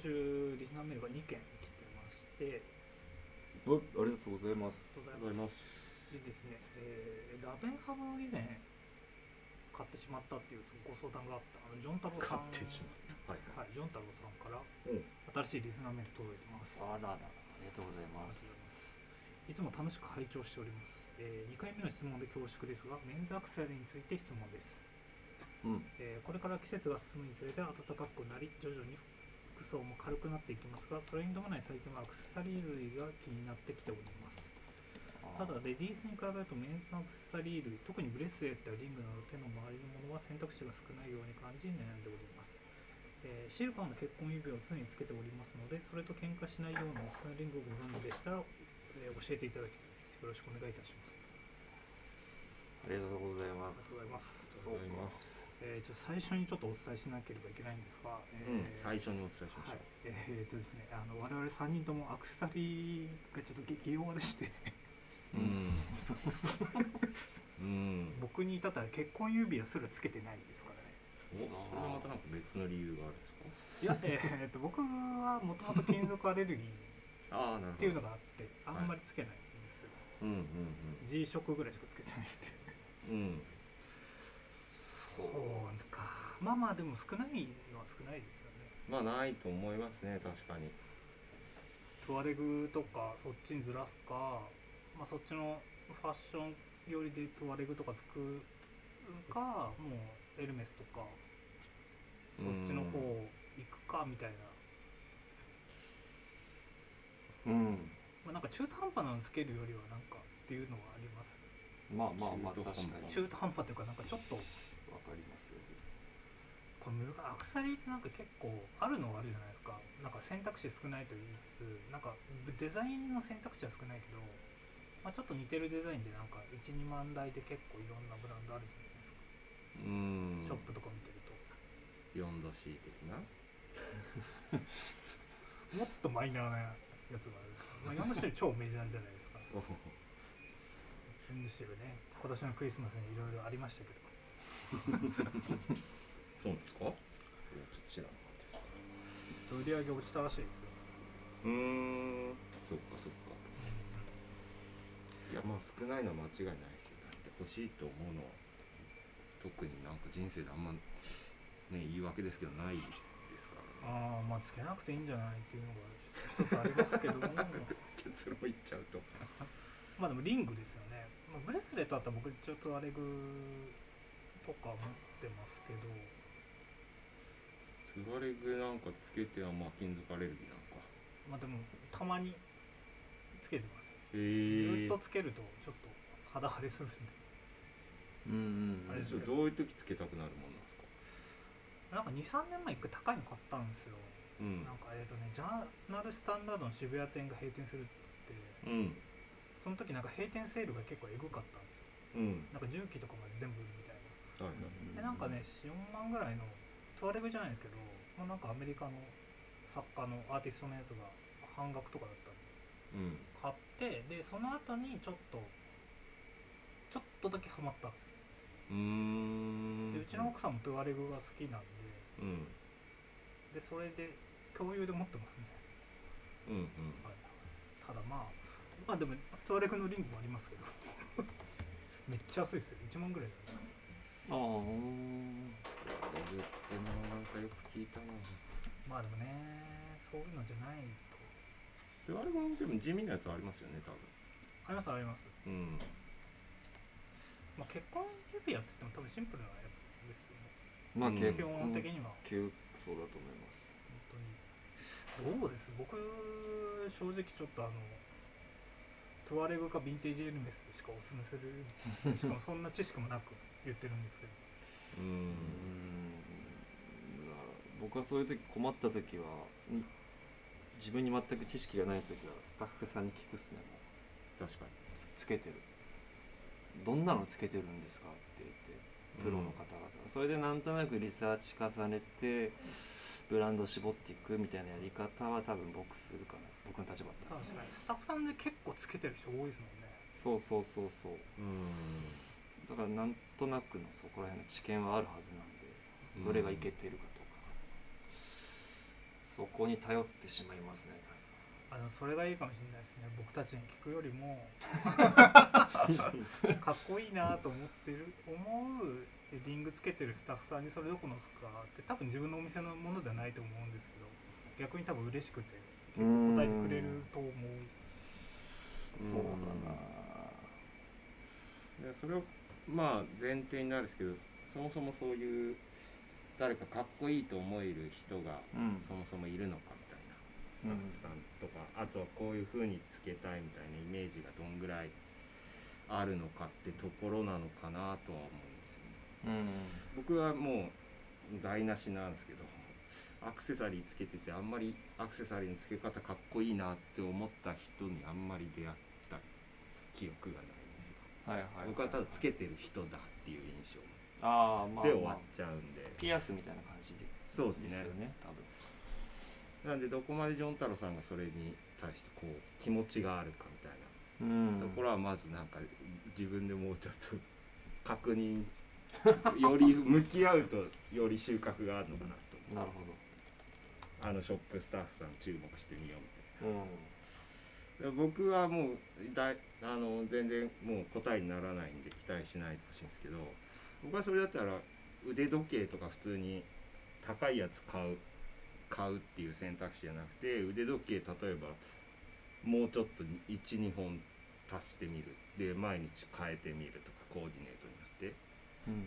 週リスナーメールが2件来てましておいありがとうございますありがとあうりございまがとうございますすでですね、えーラベンハムを以前買ってしまったっていうご相談があったあのジョン太郎さん買ってしまったはいはい、ジョン太郎さんからうん新しいリスナーメール届いてますあららありがとうございありがとうございまますすいつも楽しく拝聴しております、え2回目の質問で恐縮ですがメンズアクセサリーについて質問です、うんえーこれから季節が進むにつれて暖かくなり徐々に服装も軽くなっていきますがそれに伴い最近はアクセサリー類が気になってきておりますただレディースに比べるとメンズのアクセサリー類特にブレスレットやリングなど手の周りのものは選択肢が少ないように感じ悩んでおります、えーシルバーの結婚指輪を常につけておりますのでそれと喧嘩しないようなおすすめリングをご存知でしたら、えー教えていただきますよろしくお願いいたしますありがとうございますありがとうございますありえー、がとうございますちょ最初にちょっとお伝えしなければいけないんですが、えうんー最初にお伝えしまはしい、たえー、っとですねあの我々3人ともアクセサリーがちょっと激弱でして うん うん僕に至ったら結婚指輪すらつけてないですからねおそれはまたなんか別の理由があるんですいや、かえー、と僕はもともと金属アレルギーっああなるてほどいうのがあってあんまりつけないんですよ、うんうん G 色ぐらいしかつけてないんでうんうんそかまあまあでも少ないのは少ないですよねまあないと思いますね確かにトワレグとかそっちにずらすか、まあ、そっちのファッション寄りでトワレグとか作るかもうエルメスとかそっちの方行くかみたいな、うんまあ、なんか中途半端なのつけるよりはなんかっていうのはありますまあまあまあ中途確か半端に中途半端というかなんかちょっとわかりますよこれ難しいアクセサリーってなんか結構あるのはあるじゃないですかなんか選択肢少ないと言いつつなんかデザインの選択肢は少ないけど、まあ、ちょっと似てるデザインでなんか12万台で結構いろんなブランドあるじゃないですか、シうんョップとか見てると4度 C 的なもっとマイナーなやつがある、まあ、4種類超メジャーじゃないですかおおむしろね今年のクリスマスにいろいろありましたけどそうなんですかそれはちょっと知らなかったです売り上げ落ちたらしいですようーんそっかそっかいやまあ少ないのは間違いないですよだって欲しいと思うのは特になんか人生であんまね言い訳ですけどないですからあねあまあつけなくていいんじゃないっていうのが一つありますけども 結論言っちゃうとまあでもリングですよね、まあ、ブレスレットだったら僕ちょっとアレグとか持ってますけどつわれ具なんかつけてはまあ金属アレルギーなんかまあでもたまにつけてます、へずっえとつけるとちょっと肌荒れするんでうんうんああれれですよちょっとどういう時つけたくなるもんなんですかなんか23年前一回高いの買ったんですよ、うんなんかえっ、とねジャーナルスタンダードの渋谷店が閉店するっつってうんその時なんか閉店セールが結構えぐかったんですうんよなんか重機とかまで全部みたいなはいはいでなんかね4万ぐらいのトワレグじゃないですけど、まあ、なんかアメリカの作家のアーティストのやつが半額とかだったんでうん買ってでその後にちょっとちょっとだけハマったんですようーんでうちの奥さんもトワレグが好きなんうんででそれで共有で持ってますね、うんうんはい、ただまあまあでもトワレグのリングもありますけど めっちゃ安いですよ1万ぐらいでありますああうんあれってもなんかよく聞いたなまあでもねそういうのじゃないとであれもでも地味なやつありますよね多ありますあります分うんまあ、結婚指輪って言っても多分シンプルなやつですよねまあうん結基本婚的には基本そうだと思います本当にどうです僕正直ちょっとあのトワレグかヴィンテージエルメスしかおすすめするしかもそんな知識もなく言ってるんですけどううんんだから僕はそういう時困った時はん自分に全く知識がない時はスタッフさんに聞くっすねもう確かつつけてるどんなのつけてるんですかって言ってプロの方々、それでなんとなくリサーチ重ねてブランド絞っていくみたいなやり方は多分僕するかな僕の立場だったら確かにスタッフさんで結構つけてる人多いですもんねそうそうそうそうにうんだからなんとなくのそこら辺の知見はあるはずなんでどれがいけてるかとか、そこに頼ってしまいますねあでもそれがいいかもしれないですね僕たちに聞くよりもかっこいいなと思ってる思うリングつけてるスタッフさんにそれどこのすかって多分自分のお店のものではないと思うんですけど逆に多分嬉しくて結構答えてくれると思うそうだなでそれをまあ前提になるんですけどそもそもそういう誰かかっこいいと思える人がうんそもそもいるのかみたいなスタッフさんとか、あとはこういう風につけたいみたいなイメージがどんぐらいあるのかってところなのかなとは思うんですよね。うん僕はもう台無しなんですけどアクセサリーつけててあんまりアクセサリーのつけ方かっこいいなって思った人にあんまり出会った記憶がないんですよ。はいはいい僕はただつけてる人だっていう印ああまあ、象で終まわあっ、ちゃうんで、ピアスみたいな感じでそうですねですよね多分なんでどこまでジョン太郎さんがそれに対してこう気持ちがあるかみたいなうんところはまずなんか自分でもうちょっと 確認より向き合うとより収穫があるのかなとなるほあのショップスタッフさん注目してみようみたいな。どうんで僕はもうだいあの全然もう答えにならないんで期待しないでほしいんですけど僕はそれだったら腕時計とか普通に高いやつ買う買うっていう選択肢じゃなくて腕時計例えばもうちょっと12本足してみるで毎日変えてみるとかコーディネートに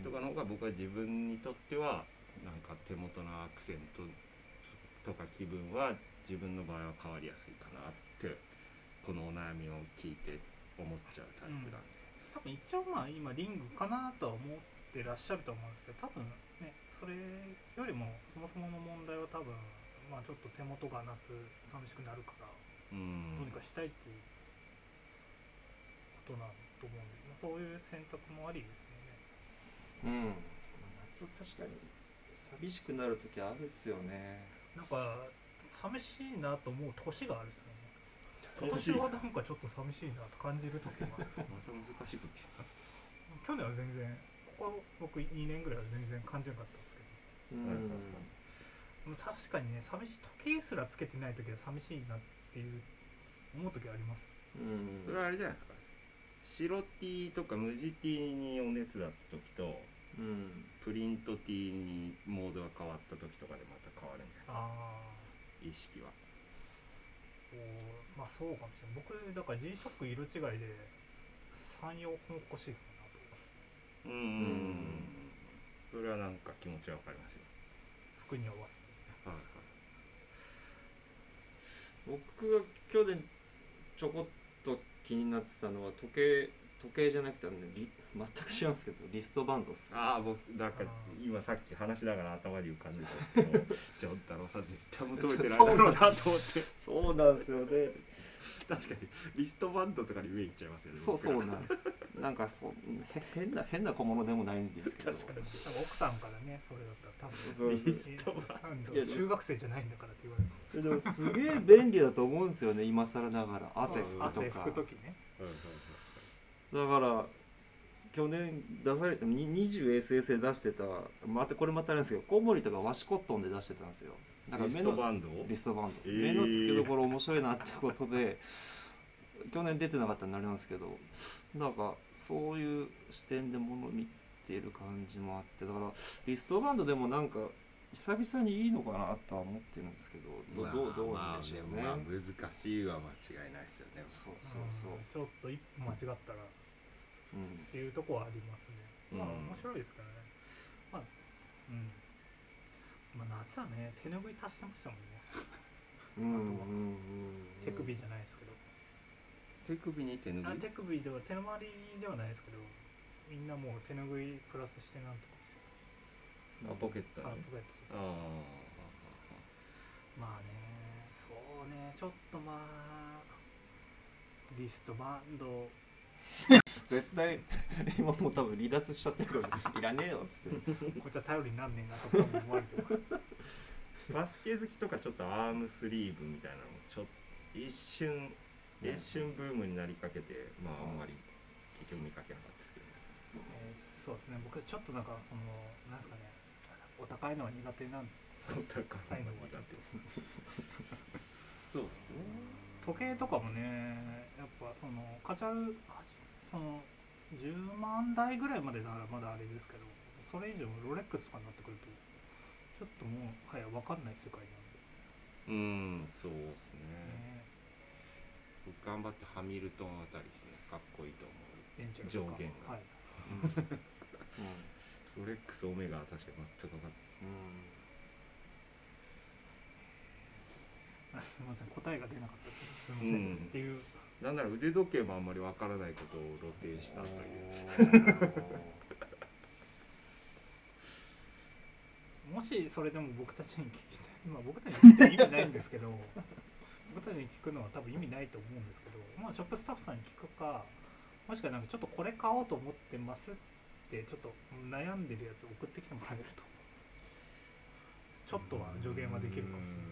なっうてんとかの方が僕は自分にとってはなんか手元のアクセントとか気分は自分の場合は変わりやすいかなってこのお悩みを聞いて思っちゃうタイプなんで、多分一応まあ今リングかなとは思ってらっしゃると思うんですけど多分ねそれよりもそもそもの問題は多分まあちょっと手元が夏寂しくなるからうんどうにかしたいっていうことなんと思うんで、まあ、そういう選択もありですよねうん夏確かに寂しくなる時あるっすよねなんか寂しいなと思う年があるんですよね今年年 まはたなんかちょっと寂しいなと感じる時もあ る難しいこと去年は全然ここ僕2年ぐらいは全然感じなかったんですけどうはいはいでも確かにね寂しい時計すらつけてない時は寂しいなっていう思う時ありますうんそれはあれじゃないですか白 T とか無地 T にお熱だった時とうんプリント T にモードが変わった時とかでまた変わるんじゃないああですか意識はこうまあそうかもしれない僕だから G ショック色違いで34本欲しいですもんなうんそれはなんか気持ちはわかりますよ服に合わせてはいはい僕が去年ちょこっと気になってたのは時計時計じゃなくてあのねリ全く違うんですけどリストバンドっすああ僕なんかあー今さっき話しながら頭に浮かんでたんですけどジョン太郎さん絶対求めてないそうだ ろうなと思ってそうなんですよね確かにリストバンドとかに目いっちゃいますよねそうそう僕らなんですなんかそうへ変な変な小物でもないんですけど確かに多分奥さんからねそれだったら多分そうえリストバなんだいや中学生じゃないんだからって言われるでもすげえ便利だと思うんですよね今更ながら汗拭くとか汗拭く時ねうんうんだから去年出されたに 20SS で出してたまたこれまたあれなんですけどコウモリとかワシコットンで出してたんですよだかうんらリ目ストのバンドをリストバンド、えー目の付けどころ面白いなってことで去年出てなかったのにあれなんですけどなんかそういう視点でもの見てる感じもあってだからリストバンドでもなんか久々にいいのかなとは思ってるんですけどどどうどうなんでしょうね、まあまあでもまあ難しいは間違いないですよねそうそうそう、んちょっと一歩間違ったらっうん、ていうとこはありますねまあうん面白いですからねまあうんまあ夏はね手拭い足してましたもんねうんうんあとは手首じゃないですけど手首に手ぬぐあい手首では手の周りではないですけどみんなもう手拭いプラスしてなんとあポケットかあにポケットとかあまあねそうねちょっとまあリストバンド絶対今もう多分離脱しちゃってるからいらねえよっつってこいつは頼りになんねえなとかも思われてますあバスケ好きとかちょっとアームスリーブみたいなのもちょっと一瞬一瞬ブームになりかけてまああんまり結局見かけなかったですけどねえーそうですね僕ちょっとなんかそのなんですかねお高いのは苦手なんお高い最後までそうですね時計とかもねやっぱそのカチャルカチその10万台ぐらいまでならまだあれですけどそれ以上ロレックスとかになってくるとちょっともうはや分かんない世界なんで、うんそうですねね僕頑張ってハミルトンあたりですねかっこいいと思ベンチャー上限はがい、うロレックスオメガは確かに全く分かんなあいすみません答えが出なかったですすみません、っうんていうなんなら腕時計もあんまりわからないことを露呈したというも しそれでも僕たちに聞きたい、まあ、僕たちに聞いて意味ないんですけど僕たちに聞くのは多分意味ないと思うんですけど、まあ、ショップスタッフさんに聞くかもしくはなんかちょっとこれ買おうと思ってますっつってちょっと悩んでるやつ送ってきてもらえるとちょっとは助言はできるかもしれないで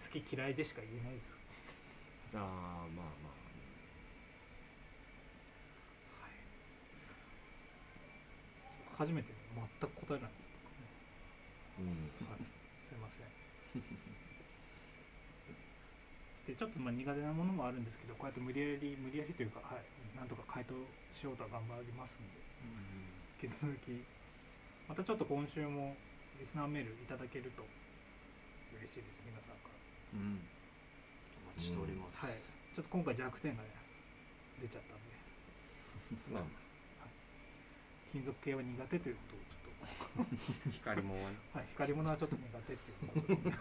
すね好き嫌いでしか言えないですああまあまはい初めて全く答えないですねあうんはい、すいませんでちょっとまあ苦手なものもあるんですけどこうやって無理やり無理やりというか、はい、なんとか回答しようとは頑張りますんで引き続きまたちょっと今週もリスナーメールいただけると嬉しいです皆さんからお待ちしております。ちょっと今回弱点がね出ちゃったんでまあま 金属系は苦手ということをちょっとあ光もはねはい、光り物はちょっと苦手っていうことで